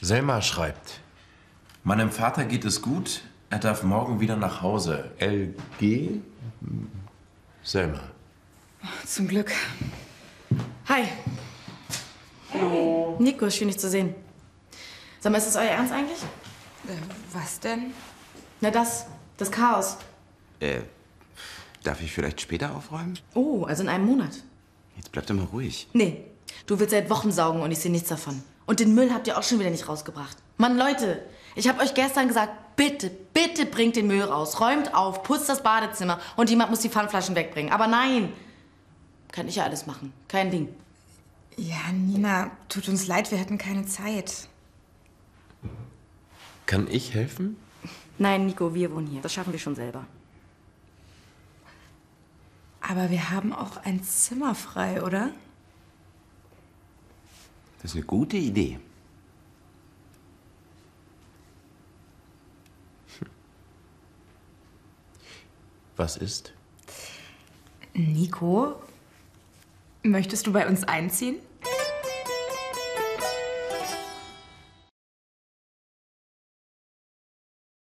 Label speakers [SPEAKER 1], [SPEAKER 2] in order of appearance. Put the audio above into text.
[SPEAKER 1] Selma schreibt. Meinem Vater geht es gut. Er darf morgen wieder nach Hause. LG? Selma.
[SPEAKER 2] Zum Glück. Hi. Hallo. Nico, schön dich zu sehen. Sag mal, ist das euer Ernst eigentlich?
[SPEAKER 3] Äh, was denn?
[SPEAKER 2] Na das, das Chaos.
[SPEAKER 4] Äh, darf ich vielleicht später aufräumen?
[SPEAKER 2] Oh, also in einem Monat.
[SPEAKER 4] Jetzt bleibt doch mal ruhig.
[SPEAKER 2] Nee, du willst seit Wochen saugen und ich sehe nichts davon. Und den Müll habt ihr auch schon wieder nicht rausgebracht. Mann, Leute, ich habe euch gestern gesagt, bitte, bitte bringt den Müll raus. Räumt auf, putzt das Badezimmer und jemand muss die Pfandflaschen wegbringen. Aber nein, kann ich ja alles machen. Kein Ding.
[SPEAKER 3] Ja, Nina, tut uns leid, wir hatten keine Zeit.
[SPEAKER 1] Kann ich helfen?
[SPEAKER 2] Nein, Nico, wir wohnen hier. Das schaffen wir schon selber.
[SPEAKER 3] Aber wir haben auch ein Zimmer frei, oder?
[SPEAKER 4] Das ist eine gute Idee.
[SPEAKER 1] Was ist?
[SPEAKER 3] Nico, möchtest du bei uns einziehen?